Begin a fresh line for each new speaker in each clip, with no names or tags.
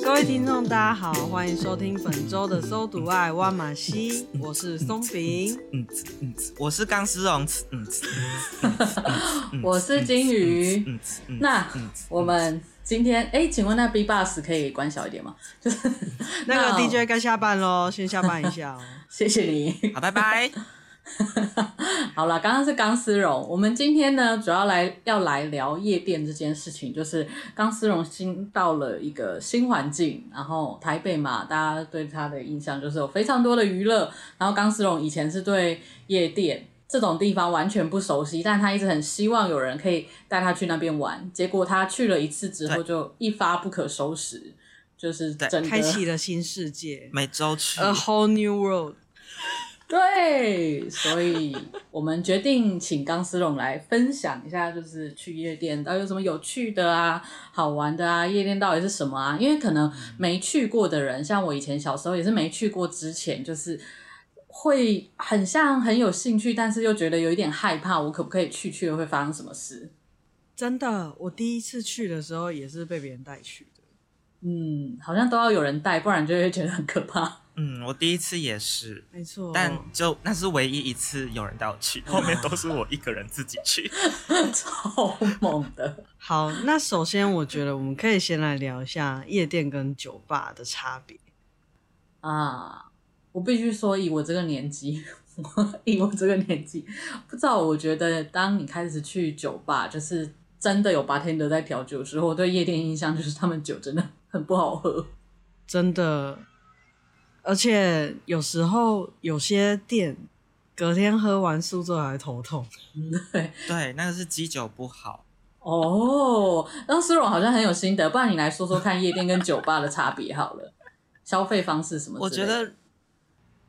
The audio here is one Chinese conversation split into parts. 各位听众，大家好，欢迎收听本周的《搜读爱挖马西》，我是松饼。
嗯嗯，我是钢丝绒。嗯，
我是金鱼。
嗯嗯，
那我们今天，哎、请问那 B bus 可以关小一点吗？就是
那个
我
DJ 该下班喽，先下班一下哦。
谢谢你。
好，拜拜。
好了，刚刚是钢丝绒，我们今天呢主要来要来聊夜店这件事情，就是钢丝绒新到了一个新环境，然后台北嘛，大家对它的印象就是有非常多的娱乐，然后钢丝绒以前是对夜店。这种地方完全不熟悉，但他一直很希望有人可以带他去那边玩。结果他去了一次之后，
对
就一发不可收拾，就是
对
整个
开启了新世 界
每周去，
，A whole new world。
对，所以我们决定请钢丝绒来分享一下，就是去夜店到底有什么有趣的啊、好玩的啊，夜店到底是什么啊？因为可能没去过的人，像我以前小时候也是没去过，之前就是会很像很有兴趣，但是又觉得有一点害怕，我可不可以去？去了会发生什么事？
真的，我第一次去的时候也是被别人带去的。
嗯，好像都要有人带，不然就会觉得很可怕。
嗯，我第一次也是，
没错，
但就那是唯一一次有人带我去，后面都是我一个人自己去。
超猛的，
好，那首先我觉得我们可以先来聊一下夜店跟酒吧的差别。
啊，我必须说，以我这个年纪，以我这个年纪，不知道，我觉得当你开始去酒吧，就是真的有 bartender 在调酒的时候，我对夜店印象就是他们酒真的很不好喝。
真的，而且有时候有些店隔天喝完宿醉还头痛。
对，那个是基酒不好。
哦，那思荣好像很有心得，不然你来说说看夜店跟酒吧的差别好了，消费方式什么
我
之
觉
类的？
得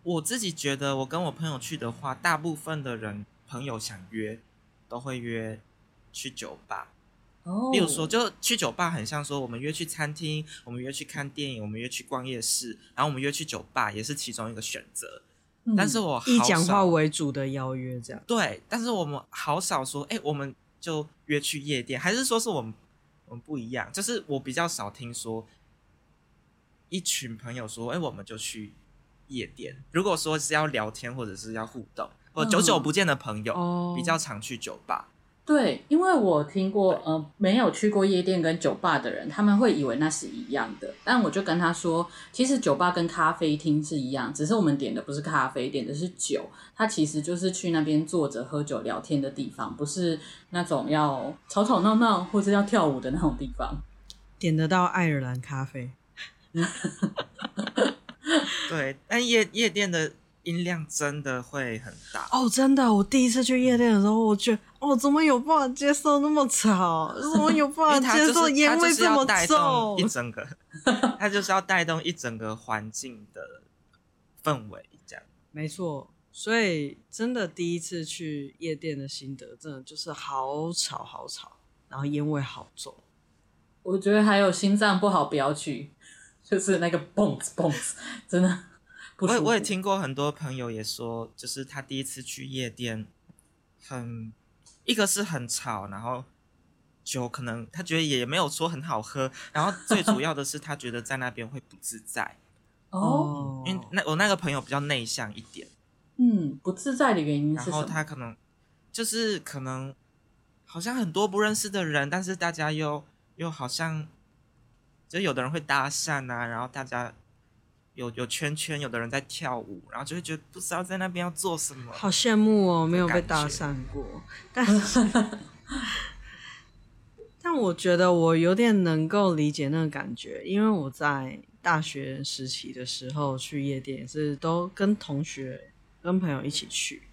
我自己觉得，我跟我朋友去的话，大部分的人朋友想约都会约去酒吧。
哦，
例如说，就去酒吧很像说，我们约去餐厅，我们约去看电影，我们约去逛夜市，然后我们约去酒吧也是其中一个选择。
嗯，
但是我好
以讲话
少
为主的邀约，这样
对，但是我们好少说，哎、我们就约去夜店，还是说是我们我们不一样？就是我比较少听说一群朋友说，哎、我们就去夜店。如果说是要聊天或者是要互动，我久久
嗯
不见的朋友、
哦
比较常去酒吧。
对，因为我听过，
对
呃，没有去过夜店跟酒吧的人，他们会以为那是一样的。但我就跟他说，其实酒吧跟咖啡厅是一样，只是我们点的不是咖啡，点的是酒。它其实就是去那边坐着喝酒聊天的地方，不是那种要吵吵闹闹或者要跳舞的那种地方。
点得到爱尔兰咖啡。
对，但夜夜店的音量真的会很 大。
哦，真的，我第一次去夜店的时候，我觉得哦，怎么有办法接受那么吵？怎么有
因为
办法
它
接
就是
受烟
它就
味
是
这
要
么
带
重
动一？整个， 它就是要带动一整个环境的氛围，这样。
没错，所以真的第一次去夜店的心得，真的就是好吵好吵，然后烟味好重。
我觉得还有心脏不好不要去，就是那个蹦子蹦子，真的不
我
舒
也
服。
我也听过很多朋友也说，就是他第一次去夜店，很一个是很吵，然后酒可能他觉得也没有说很好喝，然后最主要的是他觉得在那边会不自在，
哦，
因为那我那个朋友比较内向一点，
嗯，不自在的原因
然
是什
后
么？
他可能就是可能好像很多不认识的人，但是大家又又好像就有的人会搭讪啊，然后大家。有有圈圈，有的人在跳舞，然后就会觉得不知道在那边要做什么。
好羡慕哦，没有被
感觉
搭讪过，但是， 但我觉得我有点能够理解那个感觉，因为我在大学时期的时候去夜店也是都跟同学、跟朋友一起去，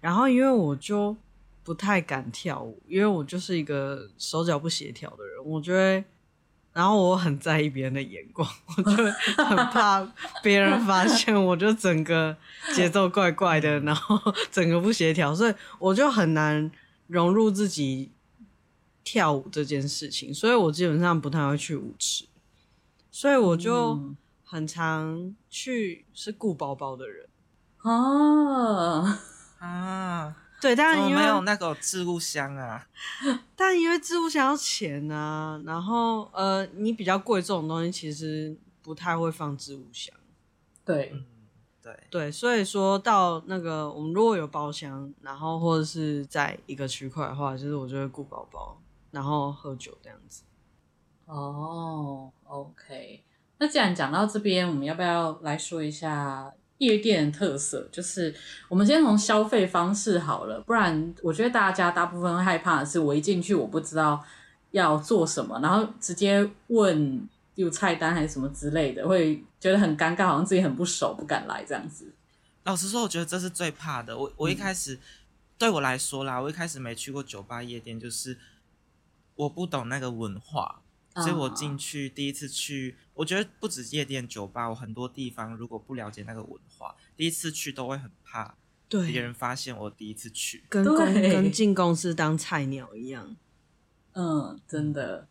然后因为我就不太敢跳舞，因为我就是一个手脚不协调的人，我觉得。然后我很在意别人的眼光，我就很怕别人发现，我就整个节奏怪怪的，然后整个不协调，所以我就很难融入自己跳舞这件事情，所以我基本上不太会去舞池，所以我就
嗯
很常去是顾包包的人，
哦，
啊，
对，
怎
哎
但
么
因
没有
为
那个置物箱啊？
但因为置物想要钱啊，然后呃，你比较贵这种东西其实不太会放置物箱。
对，
嗯，对，
对，所以说到那个我们如果有包厢，然后或者是在一个区块的话，就是我就会顾包包，然后喝酒这样子。
哦，OK。那既然讲到这边，我们要不要来说一下夜店的特色？就是我们先从消费方式好了，不然我觉得大家大部分会害怕的是，我一进去我不知道要做什么，然后直接问有菜单还是什么之类的，会觉得很尴尬，好像自己很不熟，不敢来这样子。
老实说，我觉得这是最怕的。我我一开始、对我来说啦，我一开始没去过酒吧夜店，就是我不懂那个文化，所以我进去第一次去，我觉得不止夜店、酒吧，我很多地方如果不了解那个文化，第一次去都会很怕别
对，
人发现我第一次去。
跟公
对
跟进公司当菜鸟一样。
嗯，真的，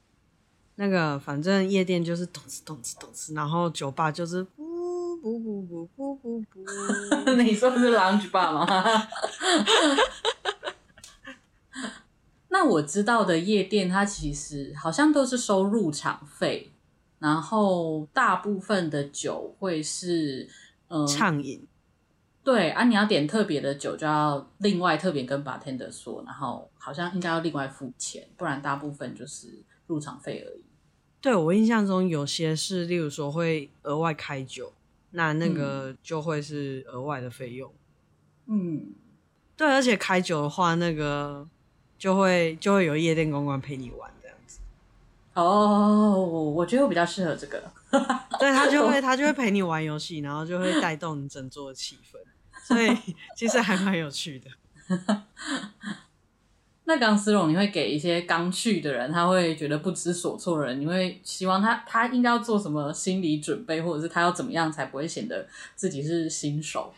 那个反正夜店就是咚哧咚哧咚哧，然后酒吧就是不不不不不不不。
你说的是 lounge bar 吗？ 那我知道的夜店，它其实好像都是收入场费，然后大部分的酒会是，嗯、
畅饮，
对啊，你要点特别的酒，就要另外特别跟 bartender 说，然后好像应该要另外付钱，不然大部分就是入场费而已。
对我印象中有些是，例如说会额外开酒，那那个就会是额外的费用。
嗯，
对，而且开酒的话，那个就会就会有夜店公关陪你玩这样子。
哦，我觉得我比较适合这个。
对他就 会他就会陪你玩游戏，然后就会带动你整座的气氛，所以 其实还蛮有趣的。
那钢丝绒，你会给一些刚去的人，他会觉得不知所措的人，你会希望他他应该要做什么心理准备，或者是他要怎么样才不会显得自己是新手？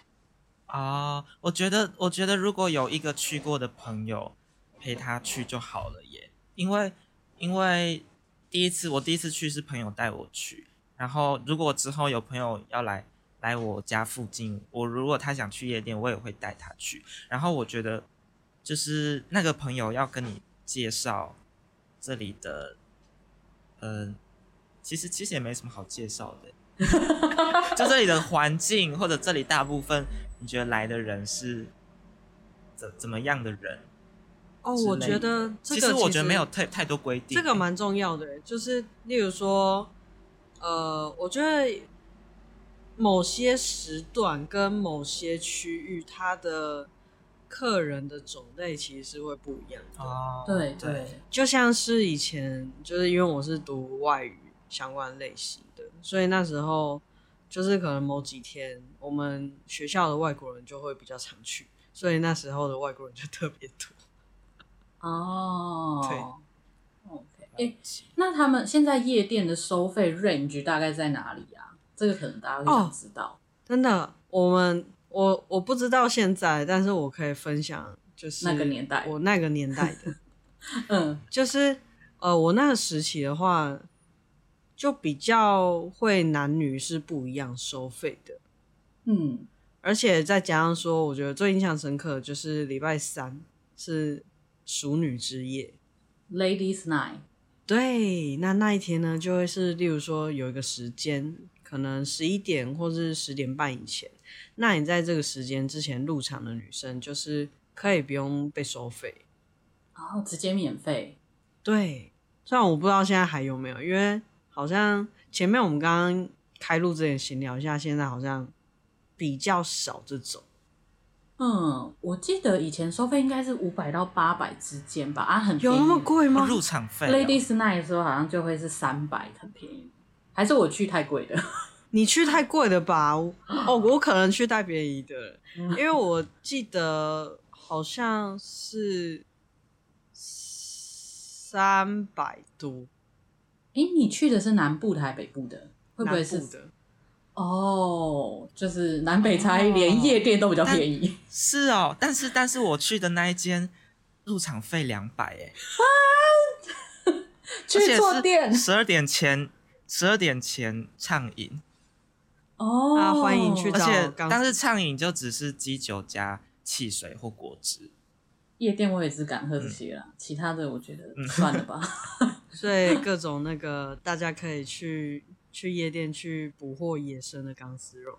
啊、我觉得，我觉得如果有一个去过的朋友陪他去就好了耶，因为因为第一次我第一次去是朋友带我去，然后如果之后有朋友要来来我家附近，我如果他想去夜店，我也会带他去。然后我觉得就是那个朋友要跟你介绍这里的，嗯、其实其实也没什么好介绍的， 就这里的环境，或者这里大部分你觉得来的人是怎怎么样的人
哦，
之类的？
我觉得这
其
个
实我觉得没有太太多规定，欸
这个蛮重要的，欸就是例如说，呃，我觉得某些时段跟某些区域，它的客人的种类其实是会不一样的。
哦，
对
对
对，
就像是以前，就是因为我是读外语相关类型的，所以那时候就是可能某几天，我们学校的外国人就会比较常去，所以那时候的外国人就特别多。
哦，
对
OK，哎、那他们现在夜店的收费 range 大概在哪里啊？这个可能大家会
哦
想知道。
真的，我们我我不知道现在，但是我可以分享，就是
那个年代
我那个年代的，
嗯
就是呃，我那个时期的话，就比较会男女是不一样收费的。
嗯，
而且再加上说，我觉得最印象深刻的就是礼拜三是熟女之夜。
Ladies Night，
对，那那一天呢，就会是例如说有一个时间，可能十一点或是十点半以前，那你在这个时间之前入场的女生，就是可以不用被收费。
然后直接免费。
对，虽然我不知道现在还有没有，因为好像前面我们刚刚开录之前闲聊一下，现在好像比较少这种。
嗯，我记得以前收费应该是五百到八百之间吧，啊，很
有那
便宜
么贵吗？
入场费、哦，
Ladies Night 的时候好像就会是三百，很便宜。还是我去太贵了？
你去太 贵了吧？我哦，我可能去太便宜的，因为我记得好好像是三百多，
诶，你去的是南部的还是北部的？会不会
南
是
部？的？
哦，就是南北差异，连夜店都比
哦
较 便宜。
是哦，但是但是我去的那一间入场费两百哎，而且
去坐店
是十二点前，十二点前畅饮，
哦，
啊欢迎去
而
找
且
刚
但是畅饮就只是鸡酒加汽水或果汁，
夜店，我也只敢喝这些啦，其他的我觉得
嗯
算了吧。
所以各种那个大家可以去去夜店去捕获野生的钢丝绒，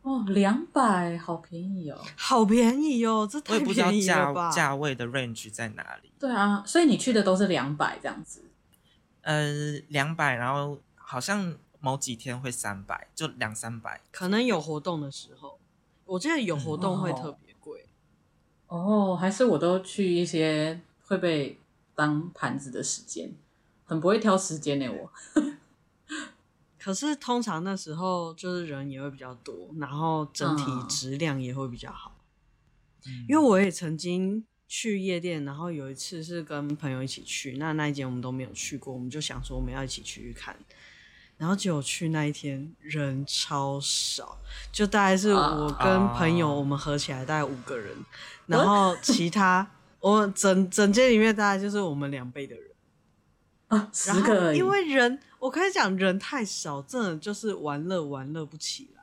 哦，两百，好便宜哦。
好便宜哦，这
我
太
也不知道
便宜了
价
吧？
价位的 range 在哪里。
对啊，所以你去的都是两百这样子。
呃，两百，然后好像某几天会三百，就两三百。
可能有活动的时候，我记得有活动会特别贵。
嗯
哦，还是我都去一些会被当盘子的时间，很不会挑时间呢、我
可是通常那时候就是人也会比较多，然后整体
嗯
质量也会比较好。
嗯
因为我也曾经去夜店，然后有一次是跟朋友一起去，那那一间我们都没有去过，我们就想说我们要一起去去看。然后结果去那一天人超少，就大概是
啊
我跟朋友
啊
我们合起来大概五个人，然后其他我整整间里面大概就是我们两倍的人。
啊，
然
十
后
个而已。
因为人，我跟你讲，人太少，真的就是玩乐玩乐不起来，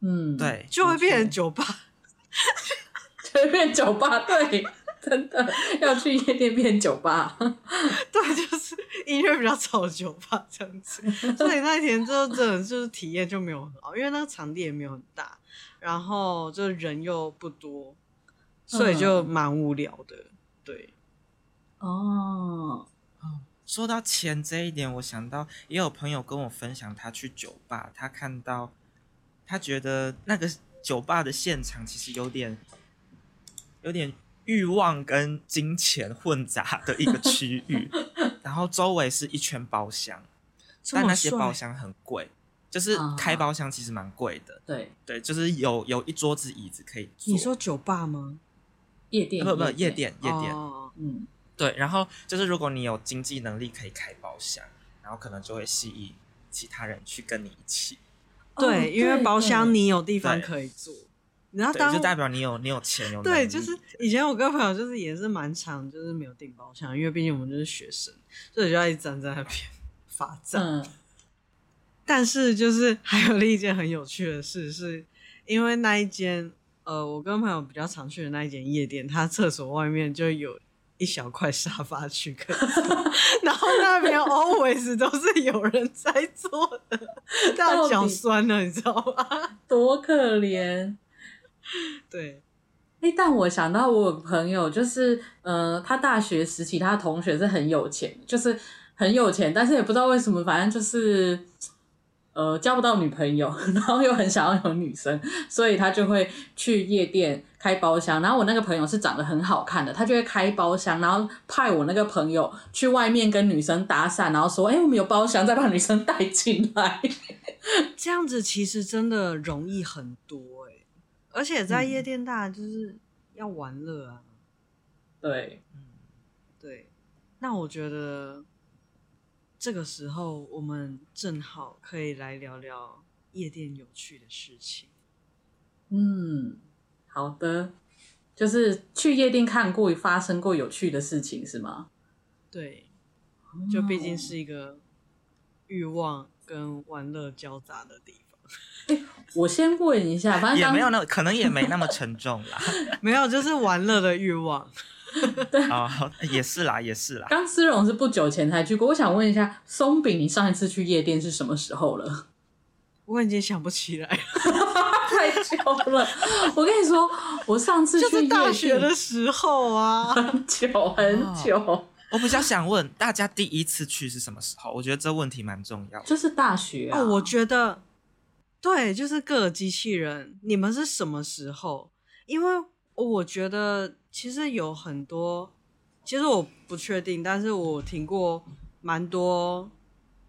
嗯，，
对，
就会变
没
成
错
酒吧。
随便酒吧，对，真的要去夜店变酒 吧。
对，就是音乐比较吵的酒吧这样子，所以那一天就真的就是体验就没有很好，因为那个场地也没有很大，然后就人又不多，所以
嗯
就蛮无聊的。对，
哦，
说到钱这一点，我想到也有朋友跟我分享，他去酒吧，他看到他觉得那个酒吧的现场其实有点有点欲望跟金钱混杂的一个区 域，然后周围是一圈包厢，
这
但
么
那些
帅，
包厢很贵，就是
啊
开包厢其实蛮贵的，
对，
对，就是有有一桌子椅子可以坐。
你说酒吧吗？
夜店，
啊不不夜，店夜店、
哦
嗯，
对，然后就是如果你有经济能力可以开包厢，然后可能就会吸引其他人去跟你一起，
哦
对，因为包厢你有地方
对
可以坐，然后
对，
啊当
就代表你有你有钱有能
对，
力
就是以前我跟朋友就是也是蛮常就是没有订包厢，因为毕竟我们就是学生，所以就要一直站在那边 发
对
站。
嗯，
但是就是 还有另一件很有趣的事，是因为那一间呃，我跟朋友比较常去的那一间夜店，它厕所外面就有一小块沙发区可以坐， 然后那边 always 都是有人在坐的，
到
大
底
脚酸了，你知道吗？
多可怜。
对，
哎，但我想到我有个朋友，就是呃，他大学时期他的同学是很有钱，就是很有钱，但是也不知道为什么，反正就是呃交不到女朋友， 然后又很想要有女生，所以他就会去夜店开包厢。然后我那个朋友是长得很好看的，他就会开包厢，然后派我那个朋友去外面跟女生搭讪，然后说：“哎，我们有包厢，再把女生带进来。
这样子其实真的容易很多哎、而且在
嗯
夜店大家就是要玩乐啊，”
对，
对，那我觉得这个时候我们正好可以来聊聊夜店有趣的事情。
嗯，好的，就是去夜店看过发生过有趣的事情是吗？
对，就毕竟
哦
是一个欲望跟玩乐交杂的地方，
哦我先问一下，反正
也
刚
没有那可能也没那么沉重啦。
没有就是玩乐的欲望。
哦，也是啦，也是啦。
刚丝绒是不久前才去过，我想问一下，松饼，你上一次去夜店是什么时候了？
我已经想不起来了，
太久了，我跟你说，我上次
就
去
是
夜
大学
店
的哦时候啊。
很久很久，
我比较想问大家第一次去是什么时候？我觉得这问题蛮重要的。
就是大学啊。
哦，我觉得对，就是各个机器人，你们是什么时候？因为我觉得其实有很多，其实我不确定，但是我听过蛮多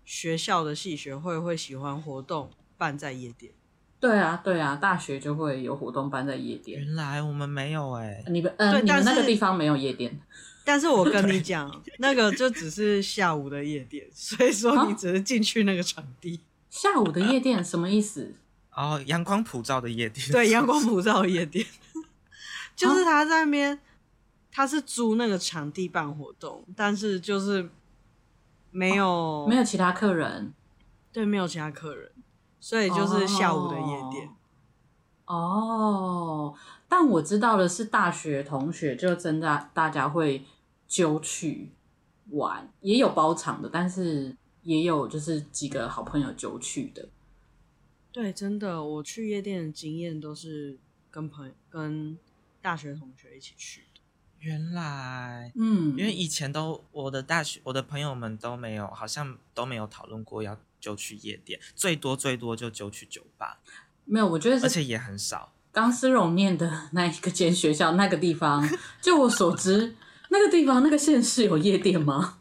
学校的系学会会喜欢活动办在夜店，
对啊，对啊，大学就会有活动办在夜店。
原来我们没有哎、
你们呃，
对
你们
但
那个
是
地方没有夜店，
但是我跟你讲，那个就只是下午的夜店，所以说你只是进去那个场地，
下午的夜店什么意思？
哦，阳光普照的夜店，
对，阳光普照的夜店， 就是他在那边，他是租那个场地办活动，但是就是没有、
哦没有其他客人，
对没有其他客人，所以就是下午的夜店。
哦。但我知道的是，大学同学就真的大家会揪去玩，也有包场的，但是也有就是几个好朋友揪去的。
对，真的，我去夜店的经验都是跟朋友、跟大学同学一起去 的。
原来。
嗯，
因为以前都我的大学我的朋友们都没有，好像都没有讨论过要就去夜店，最多最多就就去酒吧，
没有，我觉得
而
是
且也很少。
刚丝绒念的那一个间学校那个地方，就我所知，那个地方那个县市有夜店吗？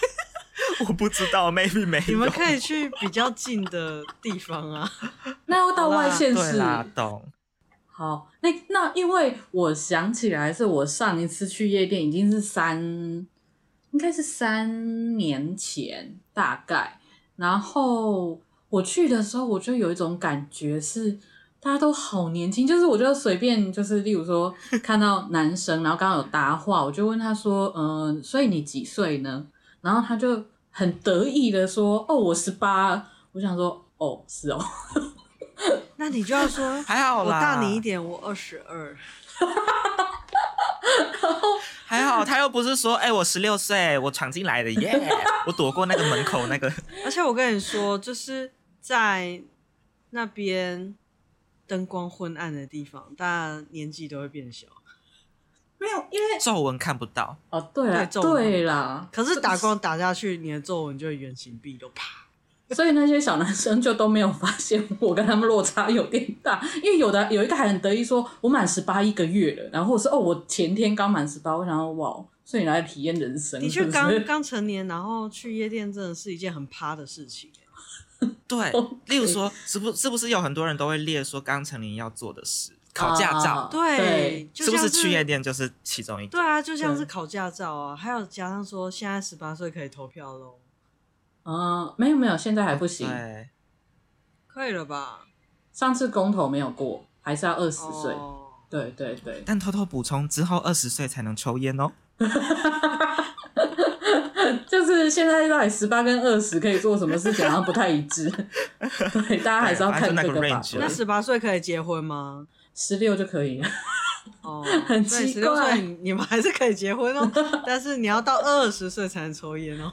我不知道，maybe 没有。
你们可以去比较近的地方 啊。
那要到外县
对
市。
啦，懂。
好，那那因为我想起来是我上一次去夜店已经是三，应该是三年前大概。然后我去的时候，我就有一种感觉是。大家都好年轻，就是我就随便就是，例如说看到男生，然后刚好有搭话，我就问他说：“嗯、所以你几岁呢？”然后他就很得意的说：“哦，我十八。”我想说：“哦，是哦。”
那你就要说
还好
我
啦
大你一点，我二十二。
还好他又不是说，哎、我十六岁，我闯进来的耶 我躲过那个门口那个。
而且我跟你说，就是在那边灯光昏暗的地方，大家年纪都会变小。
没有，因为
皱纹看不到，
哦，对啦，
对皱纹
对啦，
可是打光打下去，你的皱纹就会原形毕露，啪！
所以那些小男生就都没有发现我跟他们落差有点大，因为有的有一个还很得意说，我满十八一个月了，然后我说哦，我前天刚满十八，我想说哇，哦所以你来体验人生，
的
是
确，
不是
刚 刚成年，然后去夜店真的是一件很趴的事情、欸
对
OK
例如说，是不是不是有很多人都会列说刚成年要做的事，考驾照，
啊
对
对，
就是
不
像
是
是
去夜店就是其中一个？
对啊，就像是
对
考驾照啊，还有加上说现在十八岁可以投票喽，
嗯、没有没有，现在还不行，
对，
可以了吧？
上次公投没有过，还是要二十岁，
哦
对对对，
但偷偷补充，之后二十岁才能抽烟哦。
就是现在到底十八跟二十可以做什么事情，好像不太一致， 对，大家还是要看
对反正就那
这
个
个法
range
那
规
啊，
十八岁可以结婚吗？
十六就可以了。
哦，
很
所以
奇
16
怪
岁你你们还是可以结婚哦，但是你要到二十岁才能抽烟哦。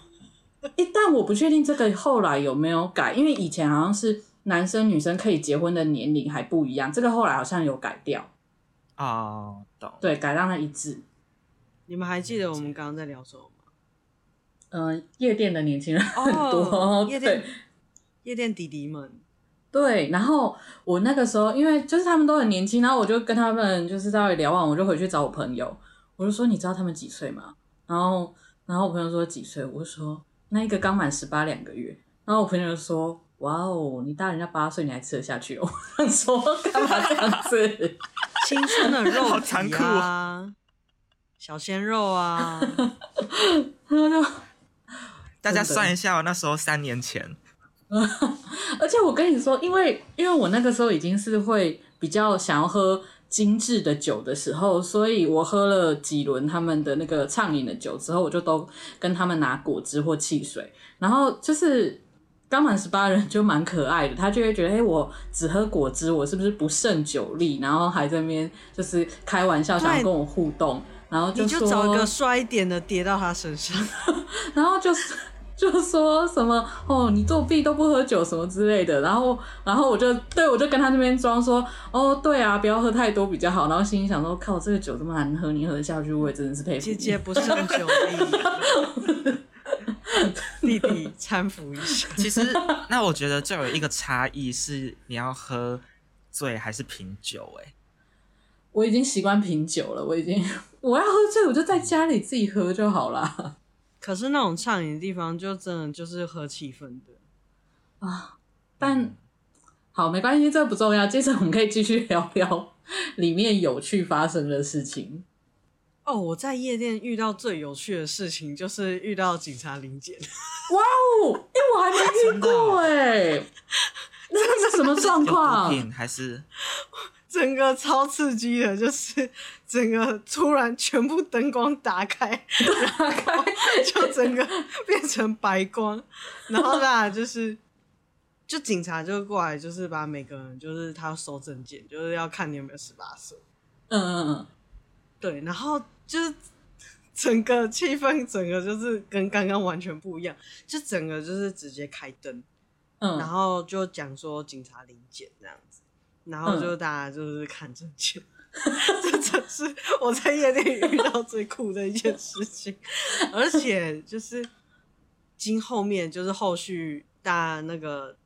诶，但我不确定这个后来有没有改，因为以前好像是男生女生可以结婚的年龄还不一样，这个后来好像有改掉，
哦，懂。
对，改让它一致。
你们还记得我们刚刚在聊什么吗？
嗯、夜店的年轻人 很多，
哦，夜
对
店，夜店弟弟们，
对。然后我那个时候，因为就是他们都很年轻，然后我就跟他们就是稍微聊完，我就回去找我朋友，我就说你知道他们几岁吗？然后，然后我朋友说几岁，我就说那一个刚满十八两个月，然后我朋友就说。哇哦，你大人家八岁，你还吃得下去哦？ 我想说干嘛这样子？
青春的肉
好残
体
酷
哦
啊，小鲜肉 啊，
然后就
大家
真的
算一下哦，那时候三年前，
而且我跟你说，因为因为我那个时候已经是会比较想要喝精致的酒的时候，所以我喝了几轮他们的那个畅饮的酒之后，我就都跟他们拿果汁或汽水，然后就是。刚满十八人就蛮可爱的，他就会觉得，哎、我只喝果汁，我是不是不胜酒力？然后还在那边就是开玩笑，
对
想要跟我互动，然后
你
说，
就找一个帅一点的叠到他身上，
然后就是 就说什么哦，你作弊都不喝酒什么之类的，然后然后我就对我就跟他那边装说哦，对啊，不要喝太多比较好，然后心里想说靠，这个酒这么难喝，你喝得下去，我也真的是佩服
姐
你。
姐不胜酒力，弟弟搀扶一下。
其实那我觉得就有一个差异是，你要喝醉还是品酒、欸？哎，
我已经习惯品酒了，我已经 我要喝醉，我就在家里自己喝就好啦。
可是那种畅饮的地方，就真的就是喝气氛的。
但
嗯
好，没关系，这不重要。接着我们可以继续聊聊里面有趣发生的事情。
哦，我在夜店遇到最有趣的事情就是遇到警察临检，
哇哦，哎、我还没遇过哎、那是什么状
有毒
况？
品还是
整个超刺激的，就是整个突然全部灯光打开，就整个变成白光，然后啦，就是就警察就过来，就是把每个人就是他要收证件，就是要看你有没有十八岁。
嗯嗯嗯，
对，然后就是整个气氛，整个就是跟刚刚完全不一样，就整个就是直接开灯，
嗯，
然后就讲说警察临检这样子，然
嗯
后就大家就是 看证件。这真是我在夜店遇到最酷的一件事 情，而且就是经后面就是后续大家那个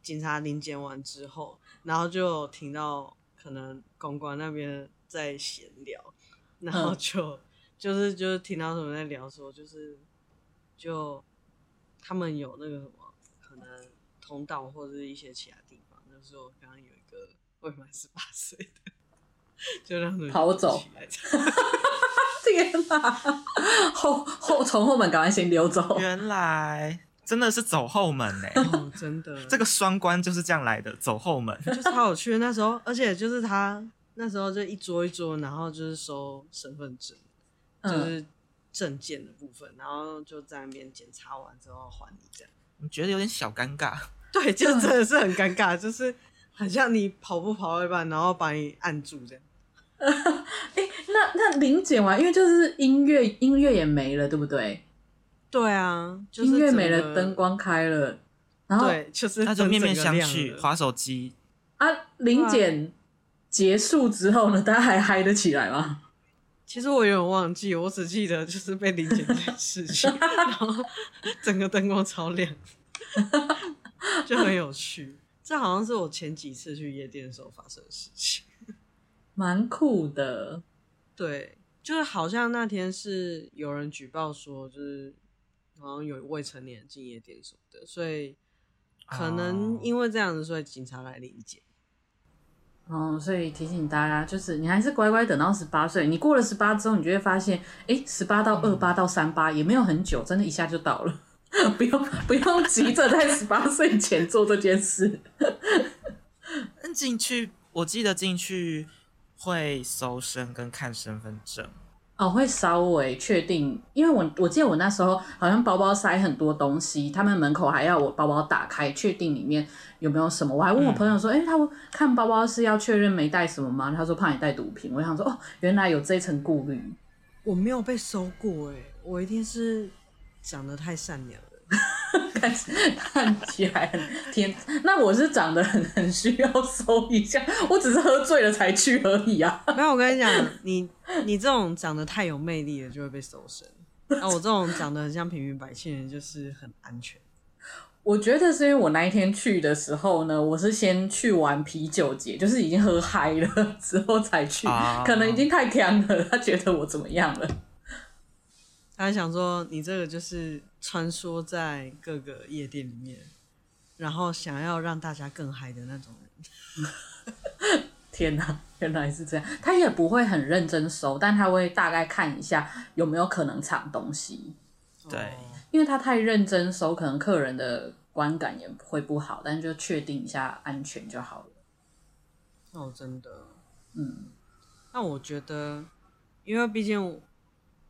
警察临检完之后，然后就有听到可能公关那边在闲聊，然后
嗯
就、就是就是听到他们在聊说，就是就他们有那个什么可能通道或者是一些其他地方，就是我刚刚有一个未满十八岁的，就让他们
跑走
起来，
天哪，后后从后门赶快先溜走。
原来真的是走后门呢、
哦，真的，
这个双关就是这样来的，走后门。
就超有趣的。那时候，而且就是他那时候就一桌一桌，然后就是收身份证，就
嗯
是证件的部分，然后就在那边检查完之后还你这样。
你觉得有点小尴尬，
对，就真的是很尴尬，就是很像你跑步跑到一半，然后把你按住这样。
哎、那那零检完，因为就是音乐音乐也没了，对不对？
对啊，就是
音乐没
整
了，
个
灯，光开了，然后
对，哦就是
那就面面相
整
觑，
个亮了
划手机。
啊，零
哇
检结束之后呢，大家还嗨得起来吗？
其实我有点忘记，我只记得就是被零检这件事 情，然后整个灯光超亮， 就很有趣。这好像是我前几次去夜店的时候发生的事情。
蛮酷的，
对，就是好像那天是有人举报说，就是好像有未成年人进夜店什么的，所以可能
哦
因为这样子，所以警察来临检。
哦，所以提醒大家，就是你还是乖乖等到十八岁。你过了十八之后，你就会发现，哎，十八到二八到三八也没有很久，真的一下就到了， 不用不用急着在十八岁前做这件事。
但嗯进去，我记得进去会搜身跟看身份证。
哦，会稍微确定，因为我我记得我那时候好像包包塞很多东西，他们门口还要我包包打开，确定里面有没有什么。我还问我朋友说，哎、他看包包是要确认没带什么吗？他说怕你带毒品。我想说，哦，原来有这一层顾虑。
我没有被搜过、欸，我一定是长得太善良了。
看起看起来很天，那我是长得很很需要搜一下，我只是喝醉了才去而已啊。
没有，我跟你讲，你你这种长得太有魅力了，就会被搜身。那、我这种长得很像平民百姓人，就是很安全。
我觉得是因为我那一天去的时候呢，我是先去玩啤酒节，就是已经喝嗨了之后才去，
啊
可能已经太强了，他觉得我怎么样了？
他还想说，你这个就是穿梭在各个夜店里面，然后想要让大家更嗨的那种人。
天哪、原来是这样。他也不会很认真搜，但他会大概看一下有没有可能藏东西，
对
哦
因为他太认真搜，可能客人的观感也会不好，但就确定一下安全就好了。
哦，真的。
嗯。
那我觉得，因为毕竟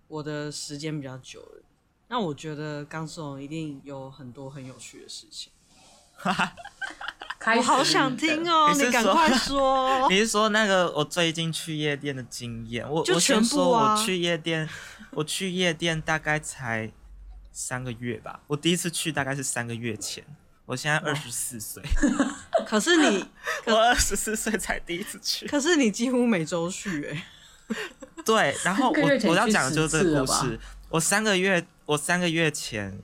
我的时间比较久了，那我觉得刚松一定有很多很有趣的事情。
开
我
始
好想听
哦。
哦，
你
你
是
赶
说
快说。
你是说那个我最近去夜店的经验？我
就
我先
全部
说，
啊
我去夜店， 我去夜店大概才三个月吧。我第一次去大概是三个月前，我现在二十四岁，
可是你，
我二十四岁才第一次去。
可是你几乎每周去哎、
对，然后
三
我
个月前
我要
去
讲的就是这个故
10次了
事。我三个月，我三个月前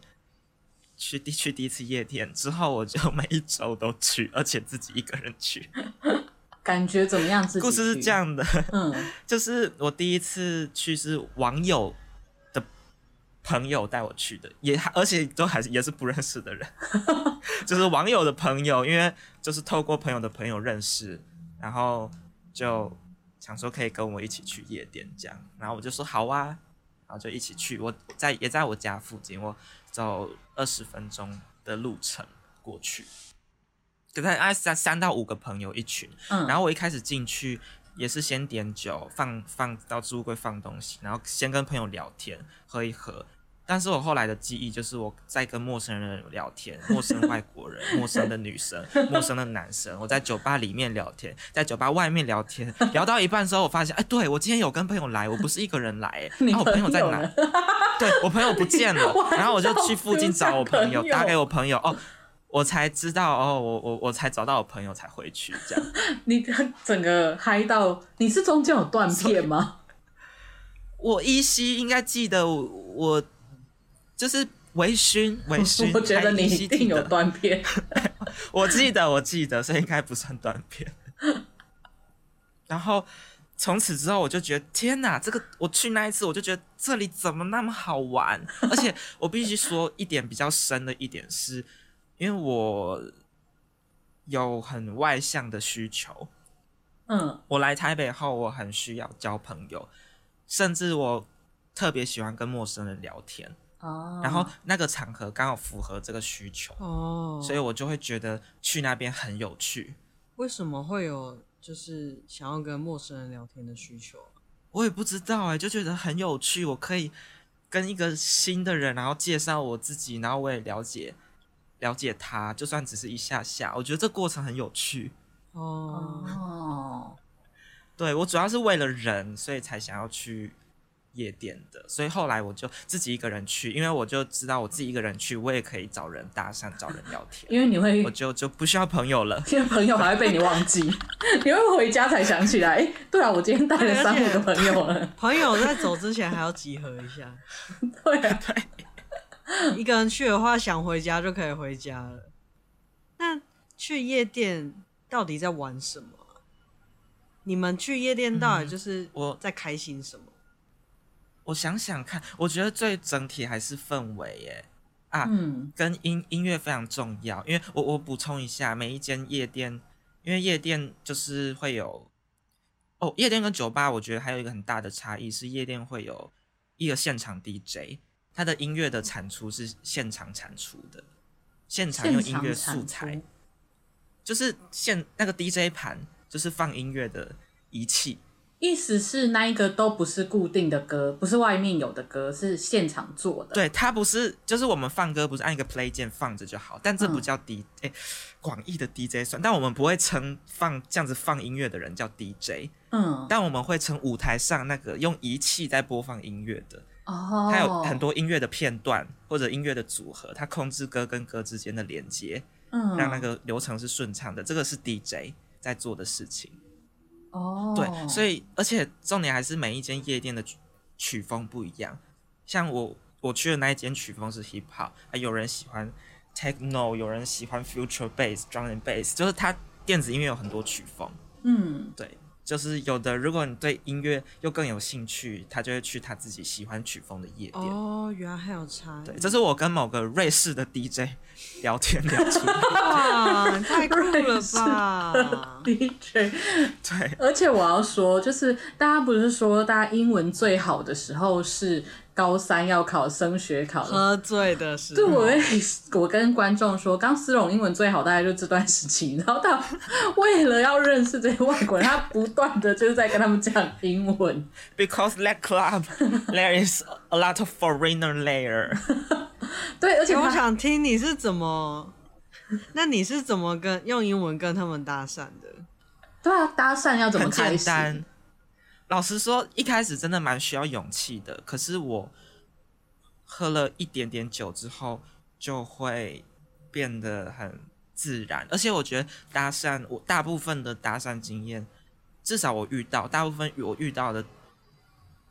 去第去第一次夜店之后，我就每一周都去，而且自己一个人去。
感觉怎么样？自己
故事是
去
这， 样的，
嗯
就是我第一次去是网友的朋友带我去的，也而且都还是也是不认识 的人， 就是网友的朋友，因为就是透过朋友的朋友认识，然后就想说可以跟我一起去夜店这样，然后我就说好啊，然后就一起去，我在也在我家附近，我走二十分钟的路程过去，可能啊三三到五个朋友一群，
嗯，
然后我一开始进去也是先点酒，放放到置物柜放东西，然后先跟朋友聊天，喝一喝。但是我后来的记忆就是我在跟陌生人聊 天，陌生外国人、陌生的女生、陌生的男生，我在酒吧里面聊天，在酒吧外面聊天，聊到一半的时候，我发现，哎，对我今天有跟朋友来，我不是一个人来，哎，
你
然后我朋友在哪
呢？？
对我朋友不见了
你玩，
然后我就去附近找我朋友
到，
打给我朋友，哦，我才知道，哦，我我我才找到我朋友才回去这样。
你整个嗨到，你是中间有断 片吗？
我依稀应该记得我，我就是微醺，微醺。
我觉得你
还依稀
一定有
记得
断片。
我记得，我记得，所以应该不算断片。然后从此之后，我就觉得天哪，这个我去那一次，我就觉得这里怎么那么好玩？而且我必须说一点比较深的一点是，因为我有很外向的需求，
嗯，
我来台北后，我很需要交朋友，甚至我特别喜欢跟陌生人聊天。
哦，
然后那个场合刚好符合这个需求，
哦，
所以我就会觉得去那边很有趣。
为什么会有就是想要跟陌生人聊天的需求啊？
我也不知道哎、就觉得很有趣，我可以跟一个新的人，然后介绍我自己，然后我也了解了解他，就算只是一下下，我觉得这过程很有趣。
哦，
哦，
对我主要是为了人，所以才想要去夜店的，所以后来我就自己一个人去，因为我就知道我自己一个人去，我也可以找人搭讪，找人聊天，
因为你会
我，就就不需要朋友了。
因为朋友还会被你 忘记，你会回家才想起来。哎，对啊，我今天带了三五个朋友了。
朋友在走之前还要集合一 下，
对啊，
一个人去的话，想回家就可以回家了。那去夜店到底在玩什么啊？你们去夜店到底就是
我
在开心什么？
我想想看，我觉得最整体还是氛围耶啊，
嗯，
跟音音乐非常重要，因为我我补充一下，每一间夜店，因为夜店就是会有，哦，夜店跟酒吧，我觉得还有一个很大的差异是，夜店会有一个现场 DJ，它的音乐的产出是现场产出的，现场用
现
音
场
乐
产
素
出
材，就是现那个 DJ 盘就是放音乐的仪器，
意思是那一个都不是固定的歌，不是外面有的歌，是现场做的。
对，它不是，就是我们放歌不是按一个 play 键放着就好，但这不
嗯
叫 D，哎、广义的 DJ 算，但我们不会称放这样子放音乐的人叫 DJ，
嗯，
但我们会称舞台上那个用仪器在播放音乐的，
哦，
它有很多音乐的片段或者音乐的组合，它控制歌跟歌之间的连接，
嗯，
让那个流程是顺畅的，这个是 DJ 在做的事情。
哦，
对，所
以
以而且重点还是每一间夜店的曲曲风不一样。像我我去的那一间曲风是 hip hop，啊，有人喜欢 techno，有人喜欢 future bass、drum and bass，就是它电子音乐有很多曲风。
嗯，
对，就是有的，如果你对音乐又更有兴趣，他就会去他自己喜欢曲风的夜店。
哦，原来还有差异。
对，这是我跟某个瑞士的 DJ 聊天聊出来
哇，太酷了 吧！
DJ，
对，
而且我要说，就是大家不是说大家英文最好的时候是高三要考升学考的。
喝醉的
嗯
时
对，
候，
我也我跟观众说，刚思荣英文最好，大概就这段时期。然后他 为了要认识这些外国人，他不断的就是在跟他们讲英文。
，because that club there is a lot of foreigner there。
对，啊而且
哎我
他
想听你是怎么，那你是怎么跟用英文跟他们搭讪的？
对啊，搭讪要怎么
很
开
简
始？
单。老实说，一开始真的蛮需要勇气的。可是我喝了一点点酒之后，就会变得很自然。而且我觉得搭讪，我大部分的搭讪经验，至少我遇到大部分我遇到的，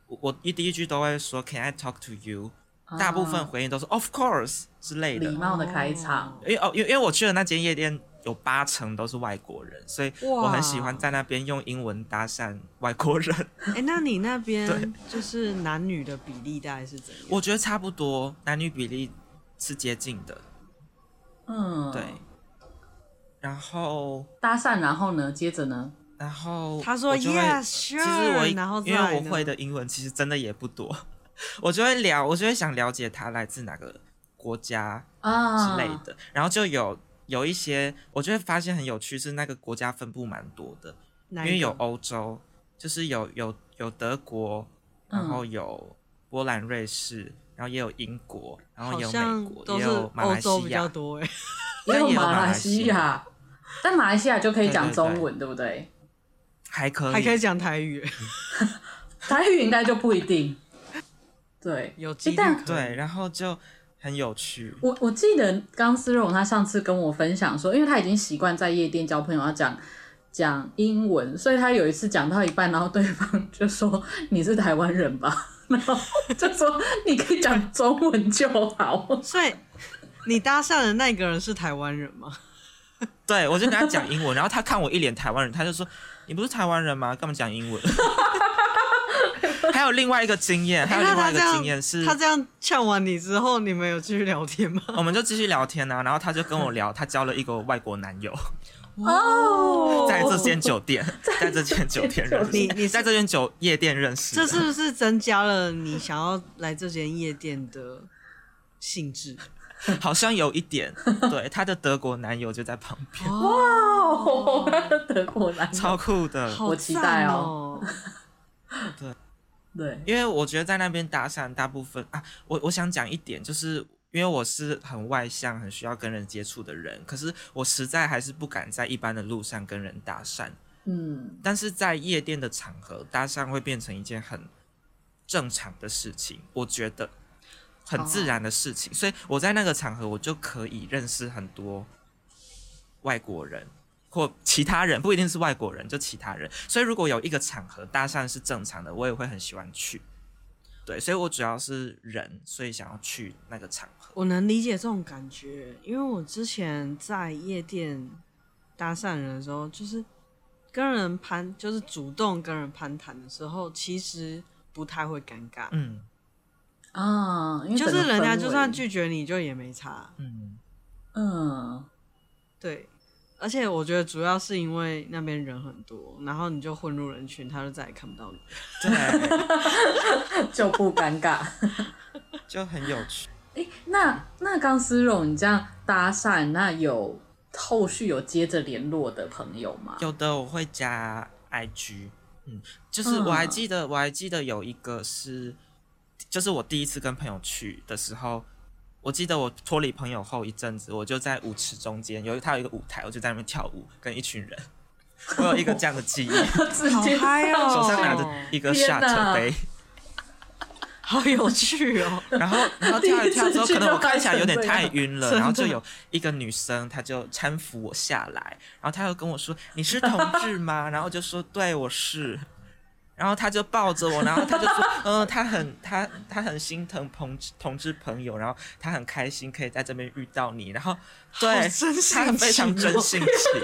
我我一第一句都会说 “Can I talk to you”，、
啊
大部分回应都是 “Of course” 之类的
礼。貌的开场。
哦因为哦，因为因为我去的那间夜店有八成都是外国人，所以我很喜欢
哇
在那边用英文搭讪外国人。
哎、那你那
对
边就是男女的比例大概是怎样？
我觉得差不多，男女比例是接近的，
嗯，
哦对。然后，
搭讪，然后呢，接着呢，
然后
他说
我就会
Yes,
其实我
sure，然后
因为
再
我
呢
会的英文其实真的也不多， 我就会聊，我就会想了解他来自哪个国家
啊
之类
嗯
的，然后就有有一些，我就会发现很有趣，是那个国家分布蛮多的，
因
因为有欧洲，就是有有有德国，然
嗯
后有波兰、瑞士，然后也有英国，然后
好
也有
像
美国，
都
也
是
有马
欧
来
洲
西
比较
亚，
多哎、
也有
但也有
马
马
来
来
西
西
亚
亚，
但马来西亚就可以讲
对对
中
对
文，对不对？
还可以，
还可以讲台语欸、
台语应该就不一定。对，
有
鸡
几
蛋。
率可以
对，然后就很有趣，
我我记得刚丝绒他上次跟我分享说，因为他已经习惯在夜店交朋友要讲讲英文，所以他有一次讲到一半，然后对方就说你是台湾人吧， 然后就说你可以讲中文就好。
所以你搭讪的那个人是台湾人吗？
对我就跟他讲英文，然后他看我一脸台湾人，他就说你不是台湾人吗？干嘛讲英文？ 还有另外一个经验，还有
哎那
另外
他
一
这
个经
样
验是，
他这样呛完你之后，你们有继续聊天吗？
我们就继续聊天啊，然后他就跟我聊，他交了一个外国男友，
哦
在这间酒店，在这间酒店认识，
你你是
在这间酒夜店认识的，
这是不是增加了你想要来这间夜店的兴 致？
好像有一点，对，他的德国男友就在旁边，
哇，
哦，他是德国男友
超酷的，
好
我期待
赞哦！
哦对，
因为我觉得在那边搭讪，大部分啊，我我想讲一点，就是因为我是很外向、很需要跟人接触的人，可是我实在还是不敢在一般的路上跟人搭讪。
嗯
但是在夜店的场合，搭讪会变成一件很正常的事情，我觉得很自然的事情。所以我在那个场合，我就可以认识很多外国人或其他人，不一定是外国人，就其他人。所以如果有一个场合搭讪是正常的，我也会很喜欢去。对，所以我主要是人，所以想要去那个场合。
我能理解这种感觉，因为我之前在夜店搭讪人的时候，就是跟人攀，就是主动跟人攀谈的时候，其实不太会尴尬，
嗯
啊，因为
就
整
是
个
人家
氛
就算
围
拒绝你就也没差，
嗯，
嗯
对。而且我觉得主要是因为那边人很多，然后你就混入人群，他就再也看不到你。
对，
就不尴尬。
就很有趣。
诶，那那钢丝绒，你这样搭讪，那有后续有接着联络的朋友吗？
有的我会加 IG，嗯，就是我还记得，我还记得有一个是，就是我第一次跟朋友去的时候，我记得我脱离朋友后一阵子，我就在舞池中间，有他有一个舞台，我就在那边跳舞，跟一群人， 我有一个这样的记忆，
直
好
接
嗨
上
哦
手上
去
拿着一个
天
shot
哪
杯，
好有趣哦！
然后然后跳一跳之后，
第一次去
可能我看起来有点
就
太
嗨成这
晕了，然后就有一个女生，她就搀扶我下来，然后她又跟我说：“你是同志吗？”然后我就说：“对，我是。”然后她就抱着我，然后她就说：“嗯，她很她她很心疼同志同志朋友，然后她很开心可以在这边遇到你。”然后对
好真，
她
性
非常
情
真
哦
性情，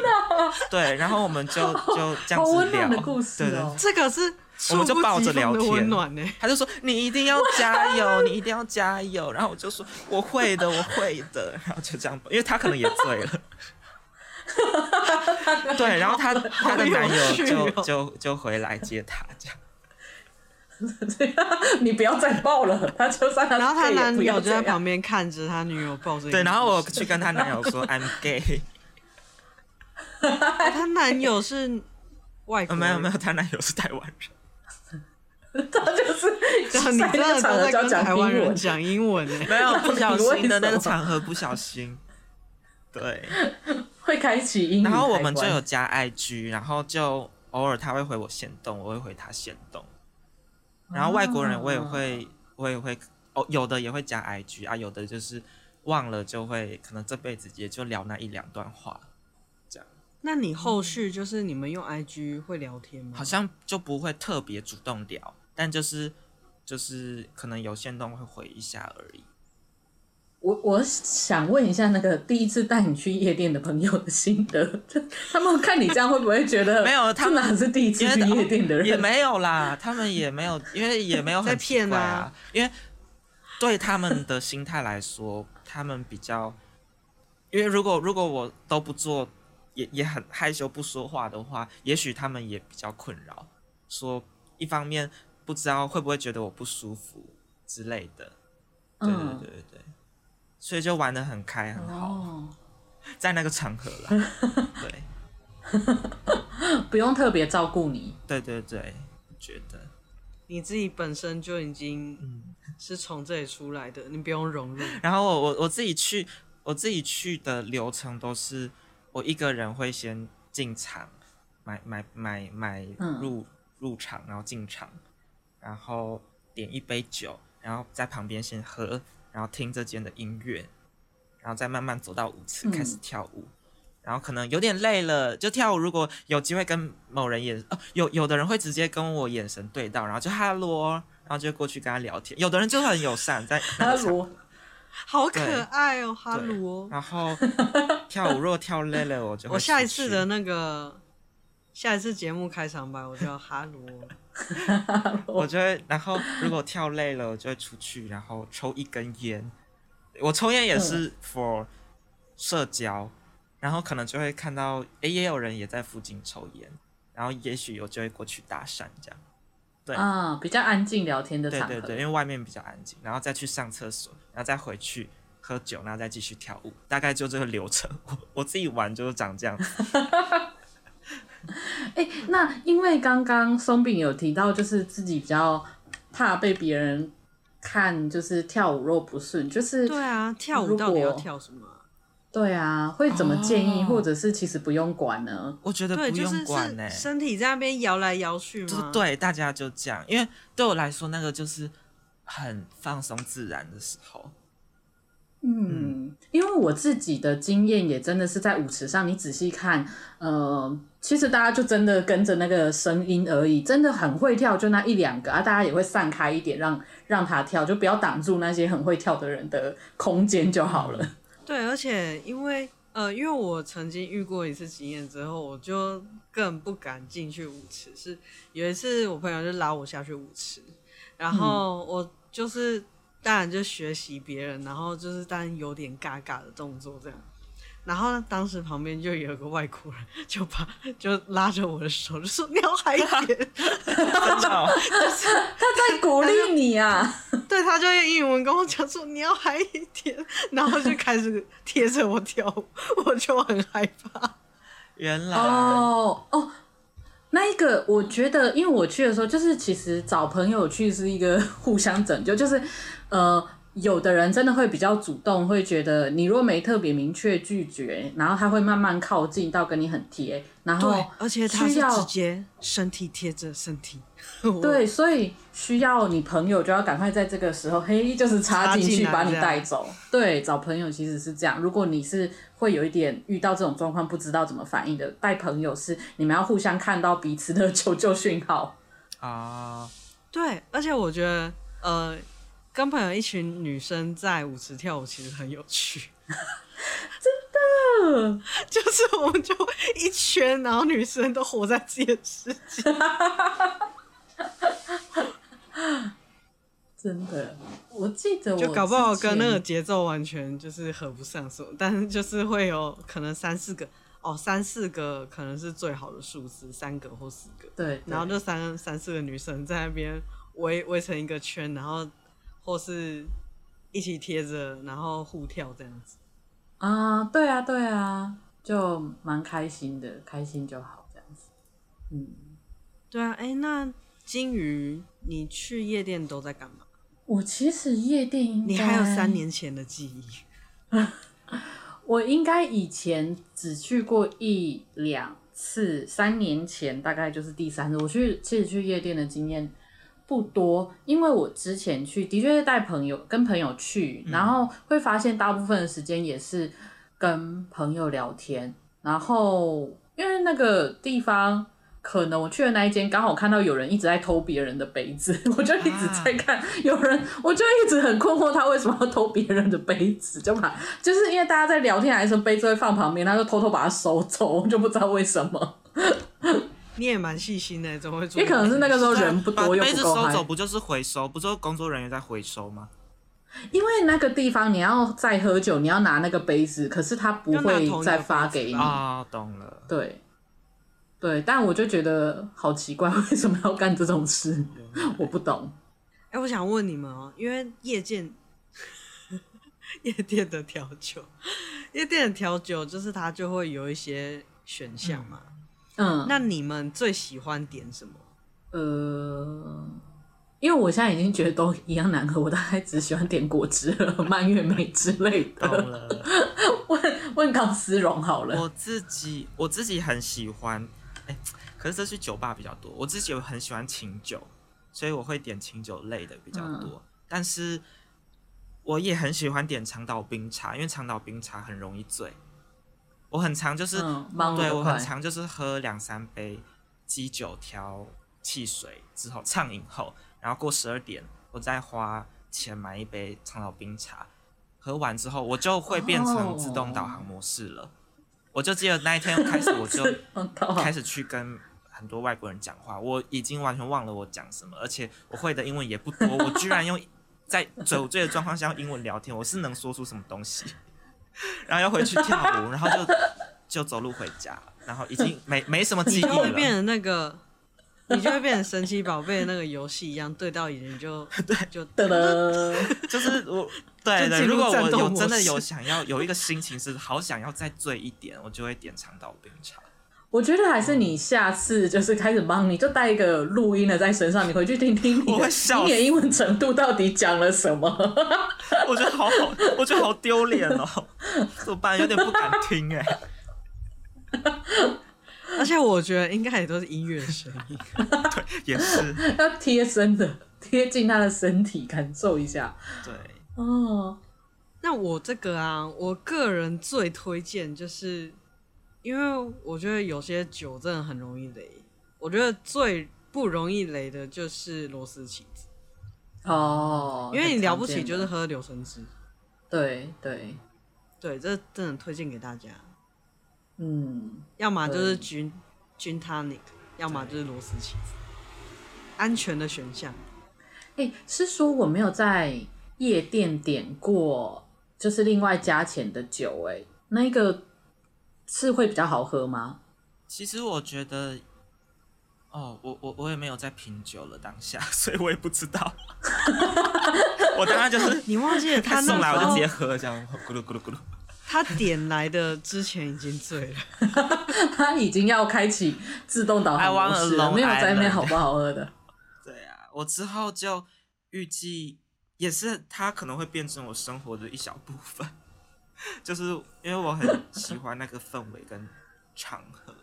对。然后我们就就这样
哦好
子
温
聊
暖的故事
对对
哦。
这个是
我
猝不
们就抱
及
着聊
防的
天
温暖欸 呢、
他就说你一定要加 油，你一定要加油。然后我就说我会的，我会的。然后就这样，因为他可能也醉 了。对，然后她她的男友
好有趣
就
哦
就就回来接她，这样。
你不要再抱了，他就算他
然后她
他
男友就在旁
边，
边看着她女友抱着一个
对，然后我
女 生
去跟她男友说 I'm gay，
她男友是外
呃
国人，
没有没有，她男友是台湾人。
他就是
就啊 你
在
真
那个
的
场
都
合
在
就要
跟
讲
台
英
湾人
文，
讲英文欸呢、
没有不小心的 那
你
个
为什么
场合不小心。对，
会开启英语开
然
关。
后我们就有加 IG，然后就偶尔他会回我线动，我会回他线动。然后外国人我也会，我也会，哦，有的也会加 IG 啊，有的就是忘了就会，可能这辈子也就聊那一两段话，
那你后续就是你们用 IG 会聊天
嗯
吗？
好像就不会特别主动聊，但就是就是可能有线动会回一下而已。
我我想问一下，那个第一次带你去夜店的朋友的心得，他们看你这样会不会觉得
没有他
这
们
哪是第一次
觉
去
得
夜店的 人？
也没有啦，他们也没有，因为也没有很
在骗
奇怪
啊
啊，因为对他们的心态来说，他们比较，因为如果如果我都不做，也也很害羞不说话的话，也许他们也比较困扰，说一方面不知道会不会觉得我不舒服之类的，对对
嗯
对，对对，所以就玩的很开很好，
哦，
在那个场合 啦，对
不用特别照顾你，
对对对，我觉得
你自己本身就已经
嗯。
是从这里出来的，你不用融入。
然后我我我自己去，我自己去的流程都是我一个人会先进场，买买买买
嗯
入、入场，然后进场，然后点一杯酒，然后在旁边先喝，然后听这间的音乐，然后再慢慢走到舞池开始
嗯
跳舞。然后可能有点累了，就跳舞。如果有机会跟某人眼，哦，有有的人会直接跟我眼神对到，然后就哈喽，然后就过去跟他聊天。有的人就很友善， 在那
他
个场
如
好可爱哦，哈
对
鲁哦！
然后跳舞，如果跳累了，我就会
我下一
出去
次的那个下一次节目开场白，我就要哈鲁哦。
我就会，然后如果跳累了，我就会出去，然后抽一根烟。我抽烟也
嗯
是 for 社交，然后可能就会看到，诶，也有人也在附近抽烟，然后也许我就会过去搭讪这样。对
啊，比较安静聊天的
对
场合，
对对，因为外面比较安静，然后再去上厕所，然后再回去喝酒，然后再继续跳舞，大概就这个流程。 我我自己玩就是长这样子。
哎、那因为刚刚松饼有提到，就是自己比较怕被别人看，就是跳舞若不顺，就是
对啊，跳舞到底要
如果
跳什么啊？
对啊，会怎么建议，
哦
或者是其实不用管呢？
我觉得
对，
不
就是
用管欸呢、
是身体在那边摇来摇去
就是
吗？，
对大家就这样，因为对我来说那个就是很放松自然的时候。
嗯，因为我自己的经验也真的是在舞池上，你仔细看，呃，其实大家就真的跟着那个声音而已，真的很会跳就那一两个啊，大家也会散开一点让，让他跳，就不要挡住那些很会跳的人的空间就好了。
对，而且因为呃，因为我曾经遇过一次经验之后，我就更不敢进去舞池。是有一次我朋友就拉我下去舞池，
嗯
然后我就是当然就学习别人，然后就是当然有点尬尬的动作这样。然后当时旁边就有个外国人，就把就拉着我的手，就说你要嗨一点，
真的哦、
他在鼓励你啊。
对，他就用英文跟我讲说你要嗨一点，然后就开始贴着我跳舞，我就很害怕。
原来、
哦哦，那一个我觉得，因为我去的时候，就是其实找朋友去是一个互相拯救，就是呃，有的人真的会比较主动，会觉得你若没特别明确拒绝，然后他会慢慢靠近到跟你很贴，然后
对，而且他是
哦需要
直接身体贴着身体，我
对，所以需要你朋友就要赶快在这个时候，嘿，就是插
插
进
进
去
来
把你
这样
带走。对，找朋友其实是这样。如果你是会有一点遇到这种状况不知道怎么反应的，带朋友是你们要互相看到彼此的求救讯号。
啊，
对，而且我觉得呃，跟朋友一群女生在舞池跳舞其实很有 趣。
嗯，
就是我们就一圈，然后女生都活在自己的世界。
真的，我记得我
就搞不好
之前
跟那个节奏完全就是合不上手，但是就是会有可能三四个哦，三四个可能是最好的数字，三个或四个，
对，对
然后就三三四个女生在那边围围成一个圈，然后或是一起贴着，然后互跳这样子。
啊，对啊，对啊，就蛮开心的，开心就好这样子。嗯。
对啊，哎，那金鱼，你去夜店都在干嘛？
我其实夜店应
你还有
该
三年前的记忆，
我应该以前只去过一两次，三年前大概就是第三次。我去其实去夜店的经验不多，因为我之前去的确是带朋友跟朋友去，然后会发现大部分的时间也是跟朋友聊天，然后因为那个地方。可能我去的那一间刚好看到有人一直在偷别人的杯子， 我就一直在看有人，我就一直很困惑他为什么要偷别人的杯子，就把就是因为大家在聊天还是杯子会放旁边，他就偷偷把它收走，我就不知道为什么。
你也蛮细心的，怎么会做？
也可能是那个时候人不
把
多又
杯
不
子
够
收
嗨
走，不就是回收？不就是工作人员在回收吗？
因为那个地方你要再喝酒，你要拿那个杯子，可是他不
要拿
会
同一
再
个
发
杯
给
子
你。
啊、懂了。
对，对，但我就觉得好奇怪，为什么要干这种事？我不懂。
哎、我想问你们哦，因为夜店 夜店的调酒，夜店的调酒就是它就会有一些选项嘛。
嗯，
那你们最喜欢点什么？
呃，因为我现在已经觉得都一样难喝，我大概只喜欢点果汁了、蔓越莓之类
懂
的。
了，
问问康思荣好了，
哦我自己我自己很喜欢，哎、可是这去酒吧比较多。我自己有很喜欢清酒，所以我会点清酒类的比较
嗯
多。但是我也很喜欢点长岛冰茶，因为长岛冰茶很容易醉。我很常就是、
嗯忙
对
得
我很
快
常就是喝两三杯鸡酒调汽水之后畅饮后，然后过十二点我再花钱买一杯长岛冰茶，喝完之后我就会变成自动导航模式了。我就记得那一天开始我就
嗯到
哦
开始去跟很多外国人讲话，我已经完全忘了我讲什么，而且我会的英文也不多，我居然用在酒醉的状况下用英文聊天，我是能说出什么东西？ 然后又回去跳舞，然后就就走路回家，然后已经没没什么记忆
就会变
了。
成那个，你就会变成神奇宝贝的那个游戏一样，对到眼睛就对就
噔噔，
就是我对
就
对，
进入
如果我
战斗
有
模
真的有
式
想要有一个心情是好想要再醉一点，我就会点长岛冰茶。
我觉得还是你下次就是开始帮你就带一个录音的在身上，你回去听听你
我
的
会笑死
你的英文程度到底讲了什么。
我觉得好好，我觉得好丢脸哦， 怎么办？有点不敢听 哎、
而且我觉得应该也都是音乐声音，
也是
要贴身的，贴近他的身体，感受一下。
对。
哦，
那我这个啊，我个人最推荐就是，因为我觉得有些酒真的很容易雷。我觉得最不容易雷的就是螺丝起子，
哦，
因为你了不
很
起
常见的
就是喝柳橙汁。
对对，
对，这真的推荐给大家，
嗯，
要么就
对
是菌菌 tonic，要么就是螺丝起子，安全的选项。
哎、是说我没有在夜店点过，就是另外加钱的酒、哎，那个是会比较好喝吗？
其实我觉得，哦，我我我也没有在品酒了当下， 所以我也不知道。 我当然就是
你忘 记了他
他送来
那
我
时
就直
候
接喝，这样咕噜咕噜咕噜。
他点来的之前已经醉了，
他已经要开启自动导
I
航
want
模
a
式了，
Long
没有在那
Island
好不好喝的？
对啊，我之后就预计也是它可能会变成我生活的一小部分， 就是因为我很喜欢那个氛围跟场合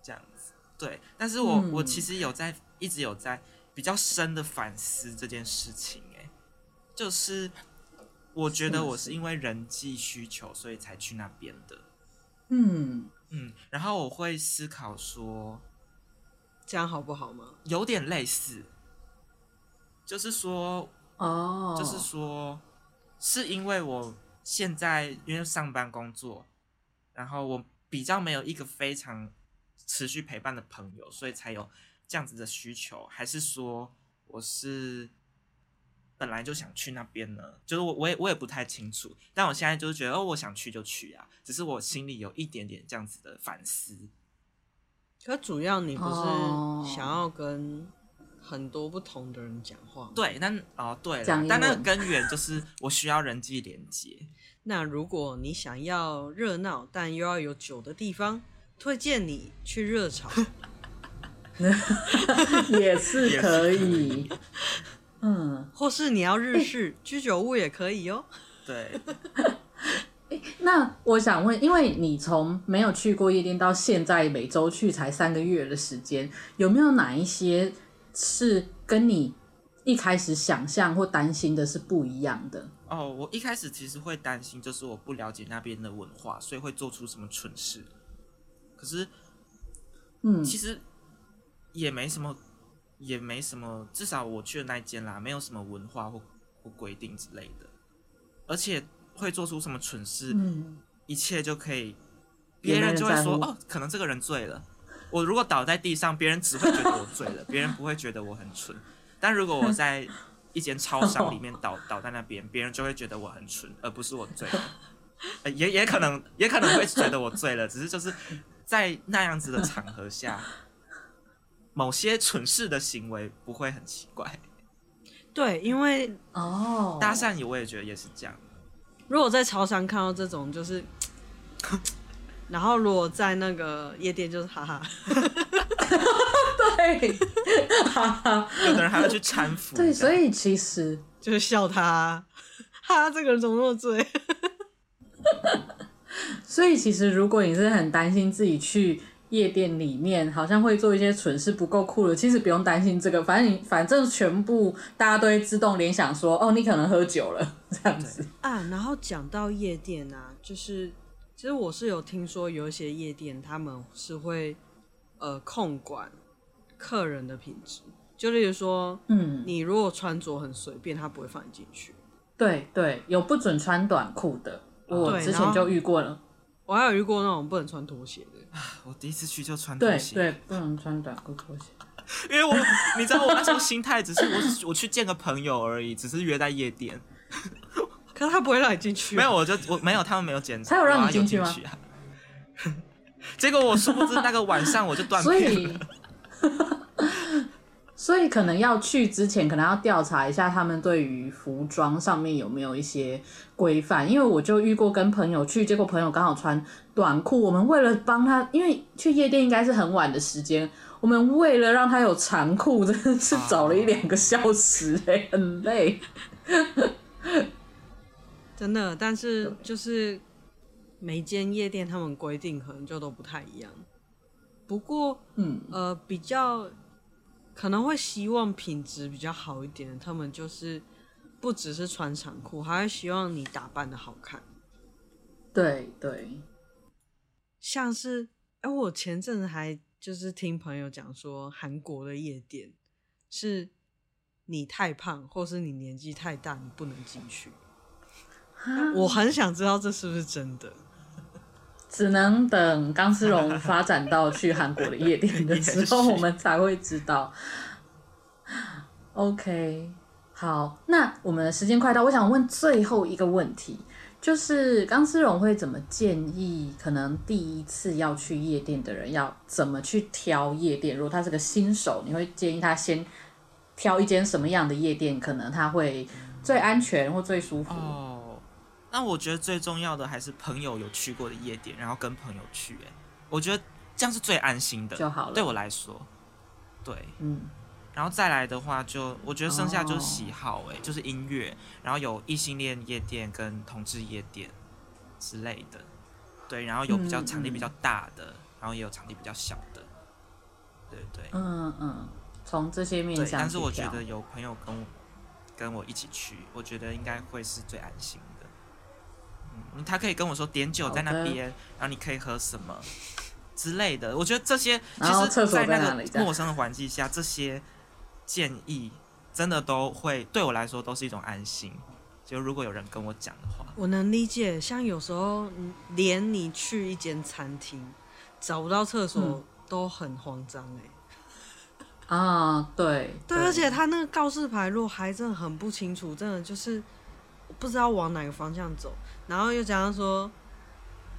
这样子。对，但是我、我
嗯
其实有在一直有在比较深的反思这件事情、欸，就是我觉得我是因为人际需求所以才去那边的，
嗯，
嗯，然后我会思考说，
这样好不好吗？
有点类似，就是说
哦，
就是说，是因为我现在因为上班工作，然后我比较没有一个非常持续陪伴的朋友，所以才有这样子的需求，还是说我是本来就想去那边呢？就是我我也我也不太清楚，但我现在就是觉得哦，我想去就去啊，只是我心里有一点点这样子的反思。
可主要你不
哦
是想要跟很多不同的人讲话吗？
对，但哦对
讲
了
英，
但那个
文
根源就是我需要人际连接。
那如果你想要热闹但又要有酒的地方，推荐你去热炒。
也是
也是
可
可
以，嗯。
或是你要日式、居酒屋也可以哦。
对，
那我想问，因为你从没有去过夜店到现在每周去才三个月的时间，有没有哪一些是跟你一开始想象或担心的是不一样的？
哦，我一开始其实会担心，就是我不了解那边的文化，所以会做出什么蠢事。可是
嗯，
其实也没什么，也没什么，至少我去的那一间啦，没有什么文化或或规定之类的，而且会做出什么蠢事，
嗯，
一切就可以，
也
别
没
人
人
就会
在
说
乎
哦，可能这个人醉了。我如果倒在地上，别人只会觉得我醉 了，别人不会觉得我很蠢。但如果我在一间超商里面 倒倒在那边，别人就会觉得我很蠢，而不是我醉了。呃也也可能也可能会觉得我醉了，只是就是在那样子的场合 下，某些蠢事的行为不会很奇怪。
对，因为
哦，
搭讪也我也觉得也是这样。
如果在超商看到这种，就是，然后如果在那个夜店，就是哈哈，
对，哈哈，
有的人还会去搀扶这样。
对，所以其实
就是笑他，哈，这个人怎么那么醉？
所以其实，如果你是很担心自己去夜店里面好像会做一些蠢事不够酷的，其实不用担心这个，反正你反正全部大家都会自动联想说，哦，你可能喝酒了这样子。
啊，然后讲到夜店啊，就是其实我是有听说有一些夜店他们是会呃控管客人的品质，就例如说
嗯，
你如果穿着很随便，他不会放你进去。
对对，有不准穿短裤的，我
对
之
然
前
后
就遇过了。
我还有遇过那种不能穿拖鞋的，
我第一次去就穿
对
拖鞋。
对，不能穿短裤拖鞋。
因为我你知道我那时候心态只是我我去见个朋友而已，只是约在夜店，
嗯
可是他不会让你进去。啊
没有，我就我没有他们没有检查，
他有让你
我哪
进去吗
进啊 结果我殊不知那个晚上我就断
所
片
以
了，，
所以可能要去之前，可能要调查一下他们对于服装上面有没有一些规范。因为我就遇过跟朋友去，结果朋友刚好穿短裤，我们为了帮他，因为去夜店应该是很晚的时间。我们为了让他有长裤，真的是
啊
找了一两个小时、哎，很累。
真的，但是就是每间夜店他们规定可能就都不太一样。不过
嗯，
呃，比较可能会希望品质比较好一点，他们就是不只是穿长裤，还会希望你打扮的好看。
对对，
像是哎、我前阵子还就是听朋友讲说，韩国的夜店是你太胖或是你年纪太大，你不能进去。我很想知道这是不是真的。
只能等钢丝绒发展到去韩国的夜店的时候，
也是
我们才会知道。OK，好，那我们的时间快到，我想问最后一个问题，就是钢丝绒会怎么建议可能第一次要去夜店的人要怎么去挑夜店？如果他是个新手，你会建议他先挑一间什么样的夜店？可能他会最安全或最舒服？
哦，那我觉得最重要的还是朋友有去过的夜店，然后跟朋友去、欸，我觉得这样是最安心的
就好了
对我来说，对，
嗯，
然后再来的话就，我觉得剩下就是
哦
喜好、欸，哎、就是音乐，然后有异性恋夜店跟同志夜店之类的，对，然后有比较
嗯
场地
嗯
比较大的，然后也有场地比较小的，对对
嗯嗯，从这些面
对，
向
但
去
是我觉
挑
得有朋友跟我跟我一起去，我觉得应该会是最安心的。嗯，他可以跟我说点酒在那
好的
边，然后你可以喝什么之类的。我觉得这些其
然后
实，
厕所
在
在
那
哪里这
个
样
陌生的环境下，这些建议真的都会对我来说都是一种安心。就如果有人跟我讲的话，
我能理解，像有时候你连你去一间餐厅找不到厕所
嗯
都很慌张哎、
啊、对
对，而且他那个告示牌落还真的很不清楚，真的就是不知道往哪个方向走。然后又加上说，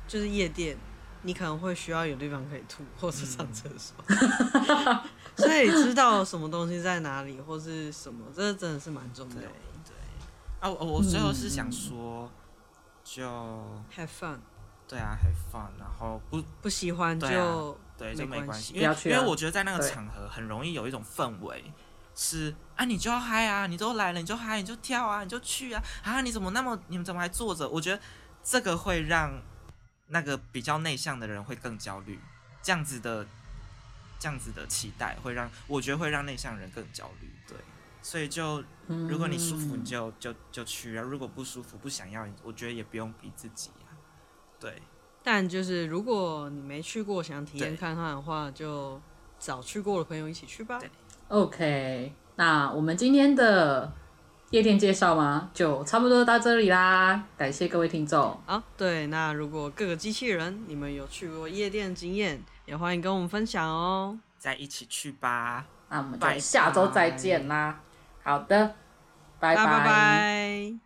就是夜店，你可能会需要有地方可以吐或是上厕所，所以知道什么东西在哪里或是什么，这真的是蛮重要
对
的。
对。啊，我我最后是
嗯
想说，就
Have fun，
对啊，很 fun，然后不
不喜欢就、
对啊对，
没
就没
关
关
系
系，
不
因为
要去
因为
啊
我觉得在那个
对
场合很容易有一种氛围是啊，你就要嗨啊，你都来了，你就嗨，你就跳啊，你就去啊，啊，你怎么那么，你们怎么还坐着？我觉得这个会让那个比较内向的人会更焦虑，这样子的这样子的期待会让我觉得会让内向人更焦虑，对，所以就
嗯
如果你舒服你就就就去啊，如果不舒服不想要，我觉得也不用逼自己啊，对。
但就是如果你没去过，想体验
对
看看的话，就找去过的朋友一起去吧。
嗯 OK，那我们今天的夜店介绍吗？就差不多到这里啦，感谢各位听众。
啊，对，那如果各个机器人你们有去过夜店的经验，也欢迎跟我们分享哦。
再一起去吧。
那我们
拜
就
拜
下周再见啦。好的，拜
拜拜。